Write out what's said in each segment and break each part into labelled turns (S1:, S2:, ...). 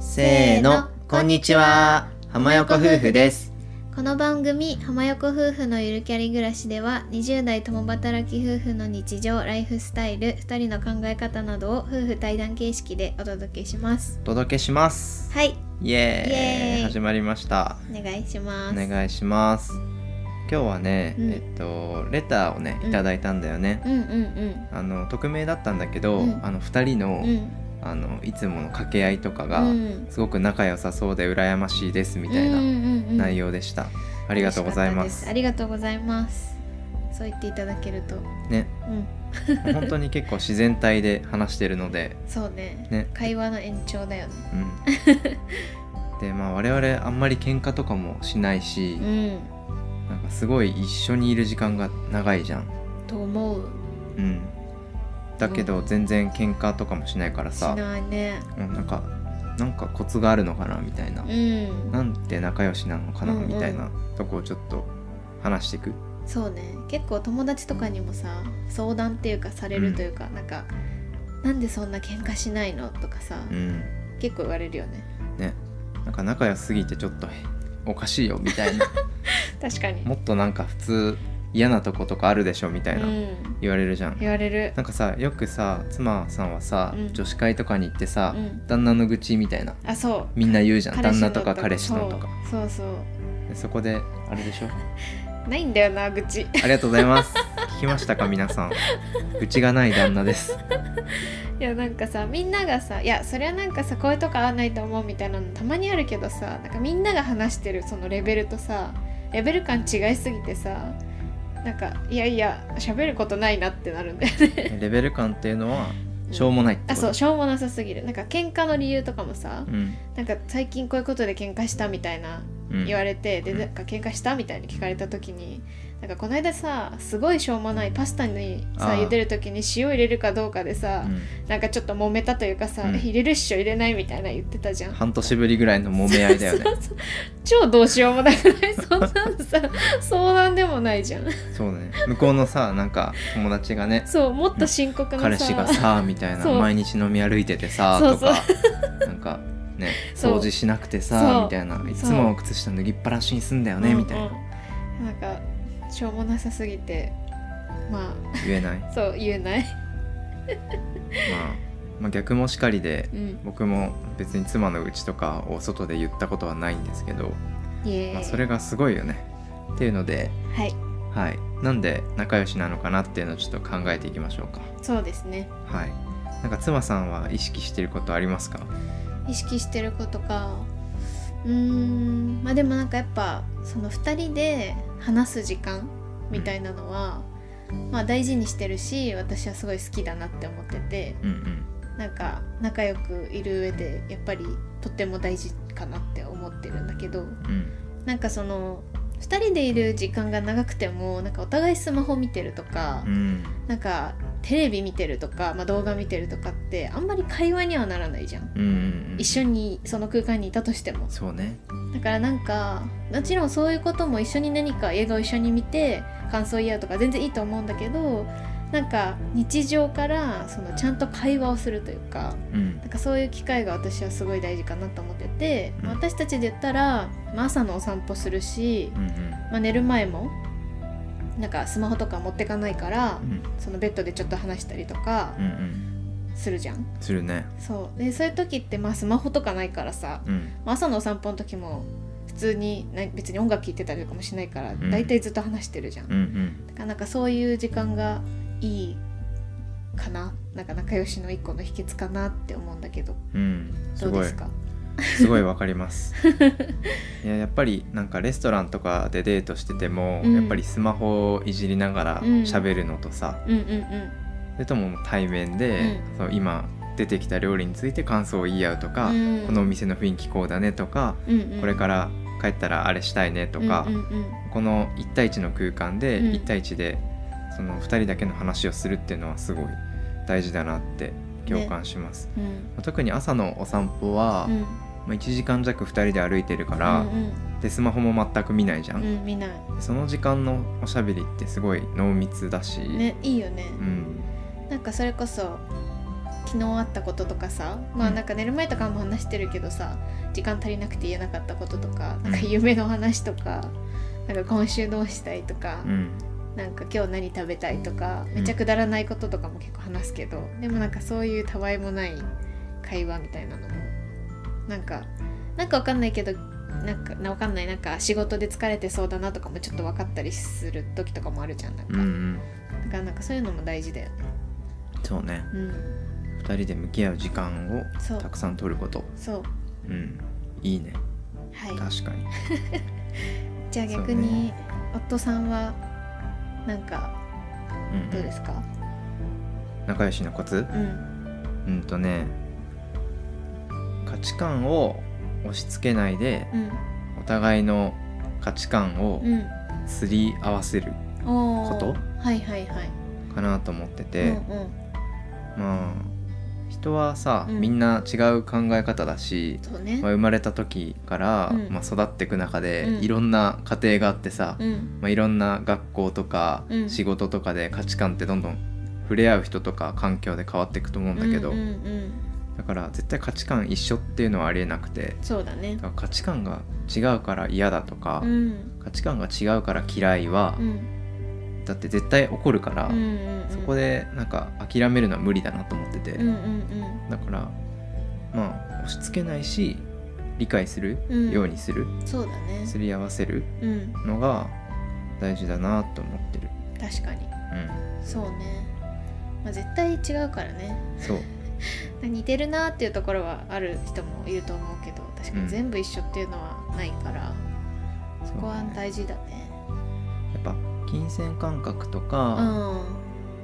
S1: せーの、こんにちは。浜横夫婦です。
S2: この番組「浜横夫婦のゆるキャリ暮らし」では20代共働き夫婦の日常ライフスタイル2人の考え方などを夫婦対談形式でお届けします
S1: お届けします。
S2: はい
S1: イエーイ
S2: イエーイ
S1: 始まりました。
S2: お願いしま
S1: お
S2: す
S1: 願いします。今日はね、
S2: うん
S1: えっとレターをね
S2: うん
S1: いただいたんだよね。
S2: うんうん
S1: あの匿名だったんだけど、
S2: うん
S1: あの二人の、
S2: うんうん
S1: あのいつもの掛け合いとかが、
S2: うん
S1: すごく仲良さそうで羨ましいですみたい
S2: うん
S1: な
S2: うんうん
S1: 内容でした。ありがとうございま
S2: 嬉しかったですあ。りがとうございますそう言っていただけるとう
S1: ね、
S2: ん
S1: 本当に結構自然体で話してるので、
S2: そうね
S1: ね、
S2: 会話の延長だよね
S1: うん。でまあ我々あんまり喧嘩とかもしないし
S2: う、ん
S1: なんかすごい一緒にいる時間が長いじゃん。
S2: と思う
S1: うん。だけど全然喧嘩とかもしないから
S2: し
S1: さ、
S2: ないね
S1: うんなんかなんかコツがあるのかなみたいな
S2: う、ん
S1: なんて仲良しなのかな
S2: うんうん
S1: みたいなとこをちょっと話していく。
S2: そうね結構友達とかにもさ相談っていうかされるというか、なんか「なんでそんな喧嘩しないの?」とかさ、
S1: うん。
S2: 結構言われるよね
S1: ね。なんか仲良すぎてちょっとへおかしいよみたい な。
S2: 確かに
S1: もっとなんか普通嫌なとことかあるでしょみたいな
S2: うん、
S1: 言われるじゃん。
S2: 言われる
S1: なんかさよくさ妻さんはさ、
S2: うん
S1: 女子会とかに行ってさ、
S2: うん
S1: 旦那の愚痴みたいな
S2: あそう
S1: みんな言うじゃん
S2: 彼
S1: 旦
S2: 氏
S1: 那
S2: の
S1: とか彼氏のとか
S2: そうそうそ
S1: でそこであれでしょ
S2: うないんだよな愚痴
S1: ありがとうございます聞きましたか皆さん愚痴がない旦那 です
S2: いやなんかさみんながさ「いやそれはなんかさこういうとこ合わないと思う」みたいなのたまにあるけどさなんかみんなが話してるそのレベルとさレベル感違いすぎてさなんかいやいや喋ることないなってなるんだよね
S1: レベル感っていうのは しょうもないってこと
S2: あそうしょうもなさすぎるなんか喧嘩の理由とかもさ、
S1: うん
S2: なんか最近こういうことで喧嘩したみたいな
S1: うん
S2: 言われて、で
S1: うん
S2: なんか喧嘩したみたいに聞かれた時になんかこの間さすごいしょうもないパスタに
S1: あ
S2: さ
S1: ー
S2: 茹でる時に塩入れるかどうかでさ、
S1: う
S2: なんかちょっと揉めたというかさ、
S1: うん
S2: 入れるっしょ入れないみたいな言ってたじゃ
S1: ん
S2: ん
S1: 半年ぶりぐらいの揉め合いだよね
S2: そうそう超どうしようもなくない そんなのさ相談でもないじゃん
S1: そうだね向こうのさなんか友達がね
S2: そうもっと深刻なさ
S1: 彼氏がさみたいな
S2: そう
S1: 毎日飲み歩いててさ
S2: そう
S1: とかなんかね
S2: そう
S1: 掃除しなくて
S2: そ
S1: さ
S2: う
S1: みたいないつも靴下脱ぎっぱなしにすんだよねみたい
S2: うん
S1: な
S2: うんなんかしょうもなさすぎてま
S1: 言えないま
S2: あそう言えない、
S1: あまあ逆もしかりで
S2: うん、
S1: 僕も別に妻のうちとかを外で言ったことはないんですけど
S2: いえ、
S1: まあそれがすごいよねっていうので
S2: はい
S1: はいなんで仲良しなのかなっていうのをちょっと考えていきましょうか
S2: そうですね
S1: はいなんか妻さんは意識してることありますか
S2: 意識してることかうーんまあでもなんかやっぱその2人で話す時間みたいなのは、まあ大事にしてるし私はすごい好きだなって思ってて
S1: うんうん
S2: なんか仲良くいる上でやっぱりとっても大事かなって思ってるんだけど
S1: うん
S2: なんかその2人でいる時間が長くてもなんかお互いスマホ見てるとか、
S1: うん
S2: なんかテレビ見てるとか、まあ、動画見てるとかってあんまり会話にはならないじゃん、
S1: うんうんうん
S2: 一緒にその空間にいたとしても
S1: そうね
S2: だからなんかもちろんそういうことも一緒に何か映画を一緒に見て感想言い合うとか全然いいと思うんだけどなんか日常からそのちゃんと会話をするというか
S1: うん
S2: なんかそういう機会が私はすごい大事かなと思ってて、まあ
S1: うん
S2: 私たちで言ったら、まあ、朝のお散歩するし、
S1: うん
S2: まあ、寝る前もなんかスマホとか持ってかないから
S1: うん
S2: そのベッドでちょっと話したりとか
S1: うんうん
S2: するじゃん。
S1: するね
S2: そうでそういう時ってまあスマホとかないからさ、
S1: うん
S2: まあ、朝のお散歩の時も普通にな別に音楽聴いてたりとかもしないから
S1: ん
S2: 大体ずっと話してるじゃん。
S1: うんうん
S2: だからなんかそういう時間がいいかななんか仲良しの一個の秘訣かなって思うんだけど
S1: うんす
S2: どう
S1: ご
S2: で
S1: い
S2: すか
S1: すごいわかりますいややっぱりなんかレストランとかでデートしてても、
S2: うん
S1: やっぱりスマホをいじりながら
S2: うん
S1: 喋るのとさ、
S2: うんうんうん
S1: それとも対面で、そう今出てきた料理について感想を言い合うとか、
S2: うん
S1: このお店の雰囲気こうだねとか、
S2: うんうん
S1: これから帰ったらあれしたいねとか、
S2: うんうんうん
S1: この1対1の空間で
S2: うん
S1: 1対1でその2人だけの話をするっていうのはすごい大事だなって共感します。
S2: うん
S1: 特に朝のお散歩は、
S2: うん
S1: まあ、1時間弱2人で歩いてるから、
S2: うん
S1: でスマホも全く見ないじゃ
S2: うん
S1: ん、
S2: うん見ない
S1: その時間のおしゃべりってすごい濃密だし、
S2: ねいいよね、
S1: うん
S2: なんかそれこそ昨日あったこととかさまあ
S1: うん
S2: なんか寝る前とかも話してるけどさ時間足りなくて言えなかったこととかなんか夢の話とかなんか今週どうしたいとか、
S1: うん
S2: なんか今日何食べたいとかめちゃくだらないこととかも結構話すけど、でもなんかそういうたわいもない会話みたいなのもなんかなんかわかんないけどなんかなわかんないなんか仕事で疲れてそうだなとかもちょっと分かったりする時とかもあるじゃんなんか、
S1: うんうん
S2: だからなんかそういうのも大事だよね
S1: そうね
S2: うん
S1: 2人で向き合う時間を
S2: そう
S1: たくさん取ること
S2: そう
S1: うんいいね
S2: はい
S1: 確かに
S2: じゃあ逆
S1: そう
S2: に
S1: ね
S2: 夫さんはなんか
S1: うんうん
S2: どうですか
S1: 仲良しのコツ
S2: うん
S1: うんとね価値観を押し付けないで
S2: うん
S1: お互いの価値観を
S2: うん
S1: すり合わせる
S2: おー
S1: こと
S2: はいはいはい
S1: かなと思ってて、
S2: うんうん
S1: まあ人はさ、
S2: うん
S1: みんな違う考え方だし、
S2: そうね
S1: まあ、生まれた時から、
S2: うん
S1: まあ、育っていく中で、
S2: うん
S1: いろんな家庭があってさ、
S2: うん
S1: まあ、いろんな学校とか、
S2: うん
S1: 仕事とかで価値観ってどんどん触れ合う人とか環境で変わっていくと思うんだけど、
S2: うんうんうん
S1: だから絶対価値観一緒っていうのはありえなくて
S2: そうだね
S1: だから価値観が違うから嫌だとか、
S2: うん
S1: 価値観が違うから嫌いは
S2: う、ん
S1: だって絶対起こるから、
S2: うんうんうん
S1: そこでなんか諦めるのは無理だなと思ってて、
S2: うんうん
S1: だからまあ押し付けないし理解する
S2: うん
S1: ようにする、
S2: うんそうだね
S1: すり合わせる
S2: うん
S1: のが大事だなと思ってる
S2: 確かに
S1: う
S2: そうねまあ絶対違うからね
S1: んそう
S2: 似てるなっていうところはある人もいると思うけど確か
S1: う
S2: に
S1: ん
S2: 全部一緒っていうのはないから、
S1: そ
S2: そうこは
S1: ね
S2: 大事だね
S1: やっぱ金銭感覚と
S2: うん
S1: か、ま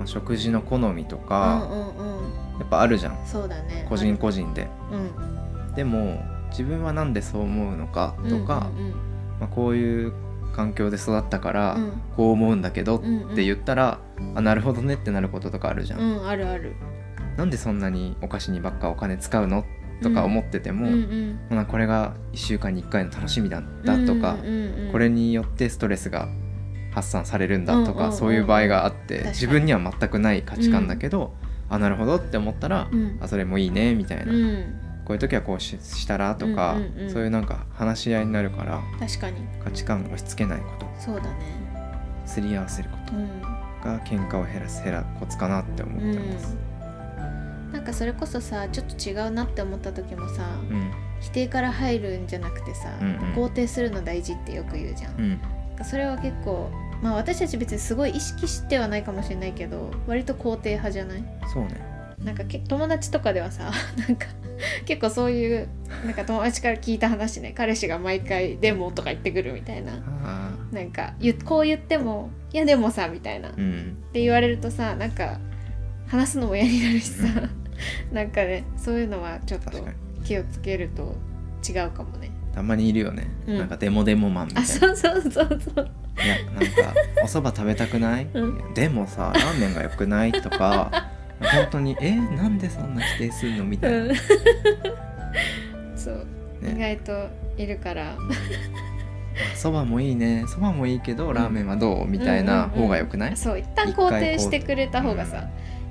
S1: あ食事の好みと
S2: うん
S1: か、
S2: うんうん
S1: やっぱあるじゃん
S2: そうだね
S1: 個人個人で
S2: あるうん
S1: でも自分はなんでそう思うのかとか、
S2: うん
S1: まあ、こういう環境で育ったから、
S2: うんうん
S1: こう思うんだけどっ
S2: うんうん
S1: て言ったら、あなるほどねってなることとかあるじゃん、
S2: うんあるある
S1: なんでそんなにお菓子にばっかお金使うのとか思ってて
S2: う
S1: も、
S2: んうん
S1: まあこれが1週間に1回の楽しみなんだとか、
S2: うんうんうん
S1: これによってストレスが発散されるんだと
S2: うんうんうん
S1: か、
S2: うん
S1: そういう場合があっ
S2: 確
S1: て
S2: かに
S1: 自分には全くない価値観だけど、あなるほどって思ったら、
S2: うん
S1: あそれもいいねみたいな、
S2: うん
S1: こういう時はこうししたらとか、
S2: うんうんうん
S1: そういうなんか話し合いになるから
S2: 確かに
S1: 価値観を押し付けないこと
S2: そうだね
S1: すり合わせること
S2: うん
S1: が喧嘩を減らす減らコツかなって思ってます。
S2: うん、なんかそれこそさちょっと違うなって思った時もさ、
S1: うん
S2: 否定から入るんじゃなくてさ、
S1: うんうん
S2: 肯定するの大事ってよく言うじゃん、
S1: うん
S2: それは結構まあ私たち別にすごい意識してはないかもしれないけど割と肯定派じゃない
S1: そうね
S2: なんかけ友達とかではさ なんか結構そういうなんか友達から聞いた話ね彼氏が毎回「でも」とか言ってくるみたいな
S1: あ
S2: なんかゆこう言っても「いやでもさ」みたいな
S1: ーうん
S2: って言われるとさなんか話すのも嫌になるしさなんかねそういうのはちょっと
S1: 確かに
S2: 気をつけると違うかもね
S1: たまにいるよね、
S2: うん
S1: なんかデモデモマンみた
S2: あ
S1: いな
S2: そうそうそうそう
S1: いやなんかお蕎麦食べたくない、
S2: う
S1: でもさラーメンが良くないとか 本当にえなんでそんな否定するのみたいな、ね、
S2: うんそう、意外といるから
S1: 蕎麦もいいね蕎麦もいいけどラーメンはどう、みたいな方が良くない、
S2: うんうんうん そう一旦
S1: 一回
S2: 肯定してくれた方が
S1: こ
S2: さ、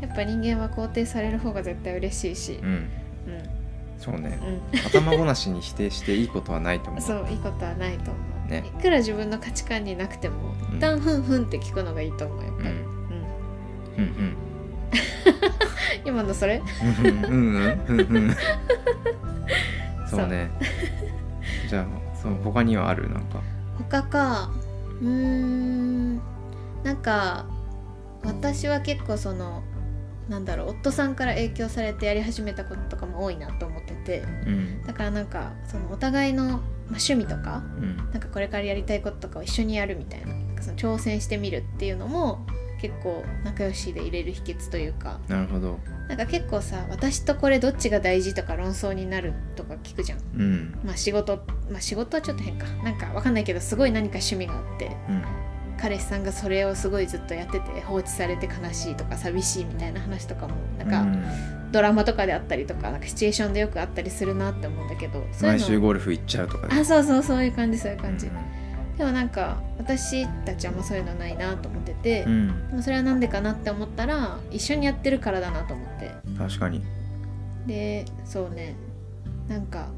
S2: やっぱ人間は肯定される方が絶対嬉しいし
S1: うん
S2: うん
S1: そうね
S2: うん、
S1: 頭ごなしに否定していいことはないと思う
S2: そういいことはないと思う、
S1: ね
S2: いくら自分の価値観になくても
S1: うん
S2: 一旦ふんふんって聞くのがいいと思うやっぱり、
S1: う
S2: うん
S1: んうん
S2: 今のそれ
S1: うんうんうんうんうんうんそうねじゃあそう他にはあるなんか
S2: 他かうーんなんか私は結構そのなんだろう夫さんから影響されてやり始めたこととかも多いなと思ってて
S1: うん
S2: だからなんかそのお互いの、まあ、趣味とか
S1: うん
S2: なんかこれからやりたいこととかを一緒にやるみたいななんかその挑戦してみるっていうのも結構仲良しで入れる秘訣というか
S1: なるほど
S2: なんか結構さ私とこれどっちが大事とか論争になるとか聞くじゃん。
S1: うん
S2: まあ仕事まあ仕事はちょっと変かなんかわかんないけどすごい何か趣味があって
S1: うん
S2: 彼氏さんがそれをすごいずっとやってて放置されて悲しいとか寂しいみたいな話とかもなんか、
S1: うん
S2: ドラマとかであったりとかなんかシチュエーションでよくあったりするなって思うんだけどそうい
S1: 毎
S2: うの
S1: 週ゴルフ行っちゃうとかで
S2: あそうそうそういう感じそういう感じ、
S1: うん
S2: でもなんか私たちはもうそういうのないなと思ってて、
S1: うん、
S2: でもそれはなんでかなって思ったら一緒にやってるからだなと思って
S1: 確かに
S2: でそうねなんか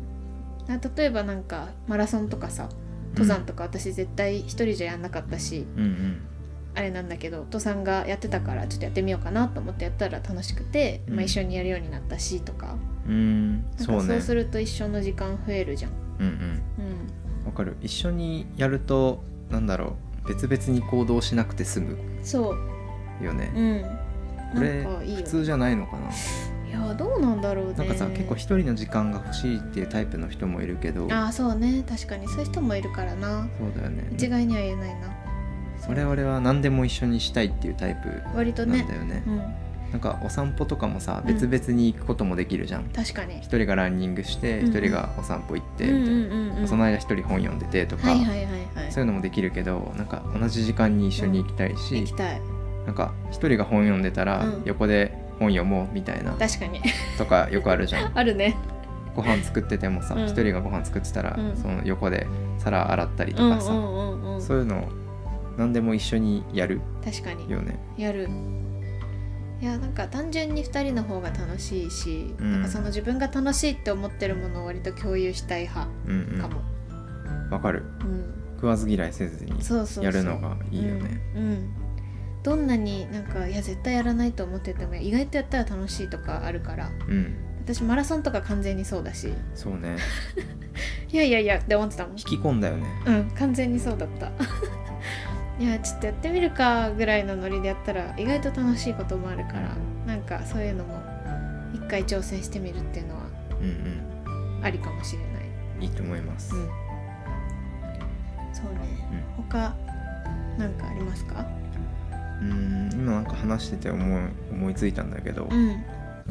S2: な例えばなんかマラソンとかさ登山とか私絶対一人じゃやんなかったし、
S1: うんうん
S2: あれなんだけどお父さんがやってたからちょっとやってみようかなと思ってやったら楽しくて、
S1: うん
S2: まあ、一緒にやるようになったしとか
S1: うん
S2: なん
S1: そ
S2: か
S1: う
S2: そう
S1: ね
S2: すると一緒の時間増えるじゃん。
S1: うんうん
S2: うん
S1: わかる一緒にやるとなんだろう別々に行動しなくて済む
S2: そう、
S1: よ
S2: う
S1: ね、
S2: ん、
S1: これ
S2: なんかいいよ
S1: 普通じゃないのかない
S2: やどうなんだろうね
S1: なんかさ結構一人の時間が欲しいっていうタイプの人もいるけど
S2: ああそうね確かにそういう人もいるからな
S1: そうだよ
S2: 一
S1: ね
S2: 概には言えないな
S1: 我々は何でも一緒にしたいっていうタイプ
S2: 割と
S1: なん
S2: ね
S1: だよね
S2: うん
S1: なんかお散歩とかもさ
S2: うん
S1: 別々に行くこともできるじゃん
S2: 確かに
S1: 一人がランニングして
S2: うん
S1: 一人がお散歩行って
S2: うん
S1: みたいな
S2: うんうんうん
S1: その間一人本読んでてとか
S2: はいはいはいはい
S1: そういうのもできるけどなんか同じ時間に一緒に行きたいし
S2: 行きたい
S1: なんか一人が本読んでたら
S2: うん
S1: 横で本読もうみたいな
S2: 確かに
S1: とかよくあるじゃん
S2: あるね
S1: ご飯作っててもさ
S2: うん
S1: 一人がご飯作ってたら
S2: うん
S1: その横で皿洗ったり
S2: う
S1: と
S2: んう
S1: かさ
S2: んうんうん
S1: そういうのを何でも一緒にやる
S2: 確かに
S1: よね
S2: やるいやなんか単純に2人の方が楽しいし、
S1: うん
S2: なんかその自分が楽しいって思ってるものを割と共有したい派
S1: うん
S2: かも、
S1: うんわかる
S2: うん
S1: 食わず嫌いせずに
S2: そうそうそう
S1: やるのがいいよね
S2: うん、うんどんなになんかいや絶対やらないと思ってても意外とやったら楽しいとかあるから
S1: うん
S2: 私マラソンとか完全にそうだし
S1: そうね
S2: いやいやいやって思ってたもん
S1: 引き込んだよね
S2: うん完全にそうだった いやちょっとやってみるかぐらいのノリでやったら意外と楽しいこともあるからなんかそういうのも一回挑戦してみるっていうのは
S1: うん
S2: ありかもしれない、
S1: うんいいと思います
S2: うん、そうね、他なんかありますか
S1: うん今なんか話してて思い思いついたんだけど
S2: うん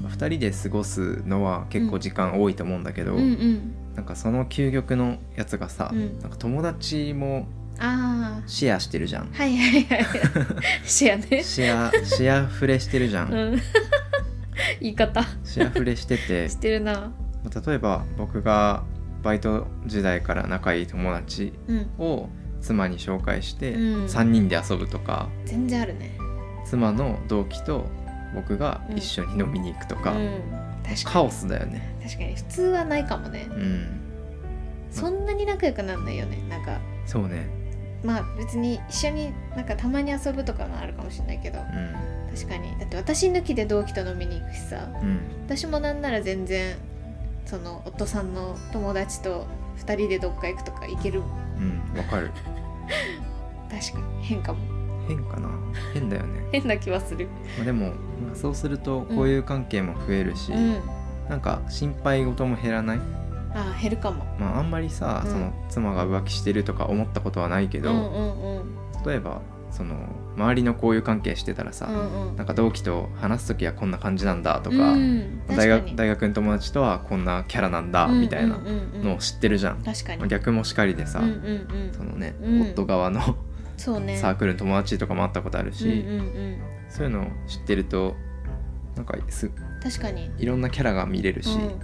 S1: 2人で過ごすのは結構時間多いと思うんだけど、
S2: うんうん
S1: なんかその究極のやつがさ、
S2: うん
S1: なんか友達も
S2: ああ
S1: シェアしてるじゃん
S2: はいはいはいはいシェアね
S1: シェア シェアフレしてるじゃん、
S2: うん言い方
S1: シェアフレしてて
S2: してるな
S1: 例えば僕がバイト時代から仲いい友達
S2: うん
S1: を妻に紹介して
S2: うん
S1: 3人で遊ぶとか、
S2: 全然あるね
S1: 妻の同期と僕が一緒に飲みに行くとか、
S2: うん、確か
S1: カオスだよね
S2: に確かに普通はないかもね
S1: うん
S2: そんなに仲良くなんないよねなんか
S1: そうね
S2: まあ別に一緒になんかたまに遊ぶとかもあるかもしれないけど
S1: う
S2: 確かにだって私抜きで同期と飲みに行くしさ
S1: んうん
S2: 私もなんなら全然その夫さんの友達と2人でどっか行くとか行けるもん
S1: うんわかる
S2: 確かに変かも
S1: 変かな変だよね
S2: 変な気はする
S1: まあでもまあそうするとこういう関係も増えるし、
S2: うん
S1: なんか心配事も減らない、
S2: ああ減るかも
S1: まあ、あんまりさ、
S2: うん
S1: その妻が浮気してるとか思ったことはないけ
S2: う
S1: ど、
S2: んうんうん
S1: 例えばその周りのこういう関係してたらさ、
S2: うんうん
S1: なんか同期と話す時はこんな感じなんだとか,、
S2: うん確か
S1: 大学
S2: に
S1: 大学の友達とはこんなキャラなんだ
S2: うん
S1: みたいな
S2: うんうんうん
S1: のを知ってるじゃん、
S2: 確かに
S1: まあ逆もしかりでさ、
S2: うんうんうん
S1: そのね、
S2: うん
S1: 夫側の
S2: そうね
S1: サークルの友達とかもあったことあるし、
S2: うんうんうん
S1: そういうのを知ってるとなんかす
S2: 確かに、
S1: いろんなキャラが見れるし、
S2: うん、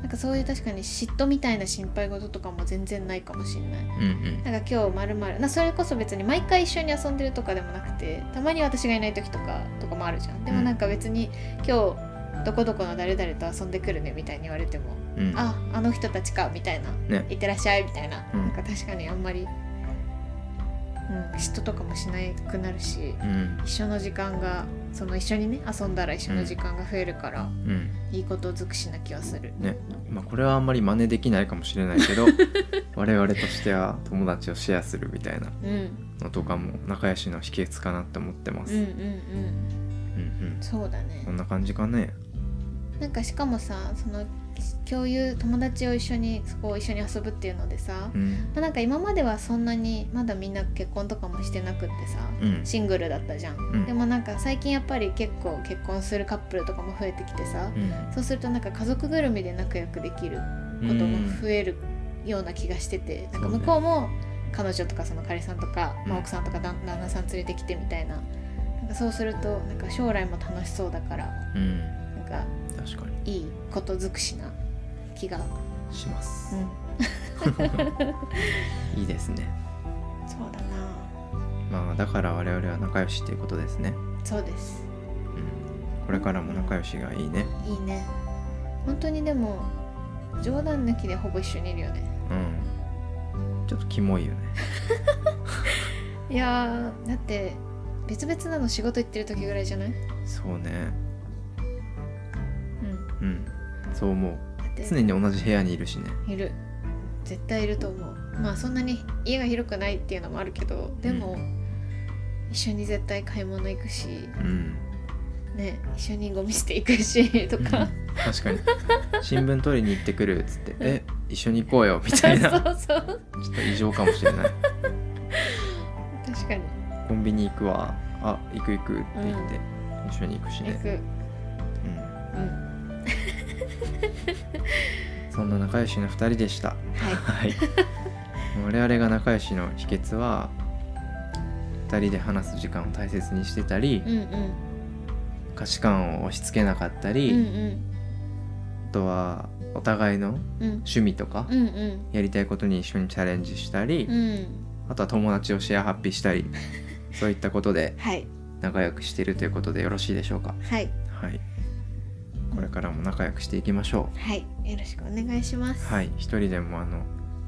S2: なんかそういう確かに嫉妬みたいな心配事とかも全然ないかもしれない
S1: うんうん
S2: なんか今日まるまるなそれこそ別に毎回一緒に遊んでるとかでもなくてたまに私がいない時とかとかもあるじゃんでもなんか別に今日どこどこの誰々と遊んでくるねみたいに言われても、
S1: うん
S2: ああの人たちかみたいな、
S1: ね
S2: いってらっしゃいみたいな、
S1: うん
S2: なんか確かにあんまり、うん、嫉妬とかもしなくなるし
S1: うん
S2: 一緒の時間がその一緒にね遊んだら一緒の時間が増えるから、
S1: うん
S2: いいこと尽くしな気はする
S1: ねまあ、これはあんまり真似できないかもしれないけ ど我々としては友達をシェアするみたいな
S2: うん
S1: のとかも仲良しの秘訣かなって思ってま
S2: うん
S1: す、
S2: うん
S1: うん
S2: う
S1: う
S2: ん
S1: ん
S2: そうだね
S1: こんな感じかね
S2: なんかしかもさその共有友達を一緒にそこを一緒に遊ぶっていうのでさ、
S1: う
S2: ま
S1: ん
S2: あなんか今まではそんなにまだみんな結婚とかもしてなくってさ
S1: うん
S2: シングルだったじゃん、
S1: うん
S2: でもなんか最近やっぱり結構結婚するカップルとかも増えてきてさ、そうするとなんか家族ぐるみで仲良くできる
S1: う
S2: こ
S1: ん
S2: とも増えるような気がしてて、なん
S1: そ
S2: か
S1: うね
S2: 向こうも彼女とかその彼さんとか、
S1: う
S2: ま
S1: ん
S2: あ奥さんとか旦旦那さん連れてきてみたいななんかそうするとなんか将来も楽しそうだから
S1: うん、うん
S2: なんか
S1: 確か
S2: いいこと尽くしな気が、
S1: にします、いいですね
S2: そうだな
S1: まあだから我々は仲良しっていうことですね、
S2: そうです
S1: うん、これからも仲良しがいいね
S2: いいね本当にでも冗談抜きでほぼ一緒にいるよね
S1: うんちょっとキモいよね
S2: いやーだって別々なの仕事行ってる時ぐらいじゃない
S1: そうね
S2: うんだ
S1: うんそう思う
S2: って
S1: 常に同じ部屋にいるしね
S2: いる絶対いると思うまあそんなに家が広くないっていうのもあるけどでも、
S1: う
S2: 一緒に絶対買い物行くし
S1: うん
S2: ね一緒にゴミ捨て行くしと
S1: う
S2: か
S1: ん確かに新聞取りに行ってくるっつって「え一緒に行こうよ」みたいなちょ
S2: そうそう
S1: っと異常かもしれない
S2: 確かに
S1: 「コンビニ行くわ」「あ行く行く」って言って、一緒に行くし
S2: 行
S1: ね、
S2: く
S1: うん、
S2: うんは
S1: そんな仲良しの2人でした
S2: い
S1: はい我々が仲良しの秘訣は2人で話す時間を大切にしてたり、
S2: うん
S1: 価値観を押し付けなかった
S2: うん
S1: り、
S2: うん
S1: あとはお互いの
S2: うん
S1: 趣味とか、
S2: うんうん
S1: やりたいことに一緒にチャレンジしたり、
S2: うん
S1: あとは友達をシェアハッピーしたりそういったことで
S2: はい
S1: 仲良くしてるということでよろしいでしょうか
S2: はい
S1: はいこれからも仲良くしていきましょ
S2: はいよろしくお願いします
S1: うはい一人でもあの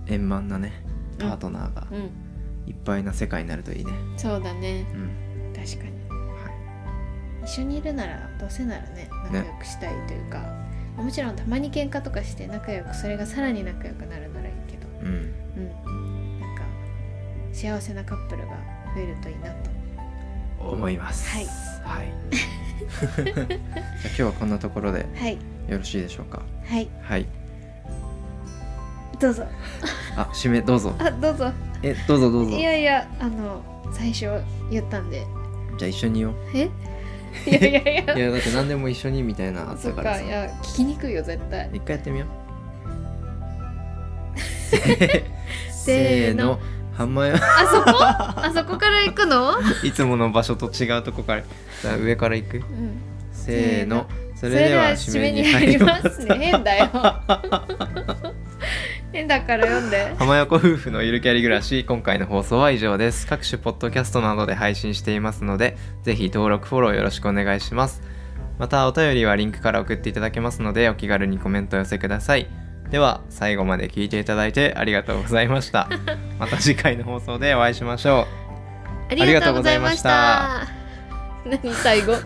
S1: 円満なねパートナーが
S2: うん
S1: いっぱいな世界になるといいね
S2: そうだね
S1: うん、
S2: 確かに
S1: は
S2: 一緒にいるならどうせならね仲良くしたいというか、もちろんたまに喧嘩とかして仲良くそれがさらに仲良くなるならいいけ
S1: い、
S2: ど
S1: うん、
S2: うんなんか幸せなカップルが増えるといいなと
S1: 思います
S2: は
S1: は
S2: い
S1: い じゃあ今日はこんなところで
S2: はい
S1: よろしいでしょうか
S2: はい
S1: はい
S2: どうぞ
S1: あ締めどうぞ
S2: あどうぞ
S1: えどうぞどうぞ
S2: いやいやあの最初言ったんで
S1: じゃあ一緒によ
S2: えいやいや いや
S1: いやだって何でも一緒にみたいなのあっ
S2: そ
S1: た
S2: っ
S1: から
S2: か
S1: さ
S2: いや聞きにくいよ絶対
S1: 一回やって みよう
S2: せ
S1: せー
S2: ーの
S1: の浜山
S2: あそこあそこから行くの、
S1: いつもの場所と違うとこからさあ上から行く
S2: うん、
S1: せーのそ
S2: そ
S1: れ
S2: れ
S1: で
S2: で
S1: は
S2: は
S1: 締
S2: 締
S1: め
S2: め
S1: に
S2: に
S1: 入
S2: 入
S1: り
S2: り
S1: ま
S2: ますすね変だよ 変だから読んで
S1: 浜横夫婦のゆるキャリ暮らし今回の放送は以上です各種ポッドキャストなどで配信していますのでぜひ登録フォローよろしくお願いしますまたお便りはリンクから送っていただけますのでお気軽にコメントを寄せくださいでは最後まで聞いていただいてありがとうございましたまた次回の放送でお会いしましょ
S2: あ
S1: り
S2: り
S1: が
S2: が
S1: とう
S2: とう
S1: ござ
S2: ござ
S1: い
S2: い
S1: ま
S2: ま
S1: し
S2: したた何最後
S1: う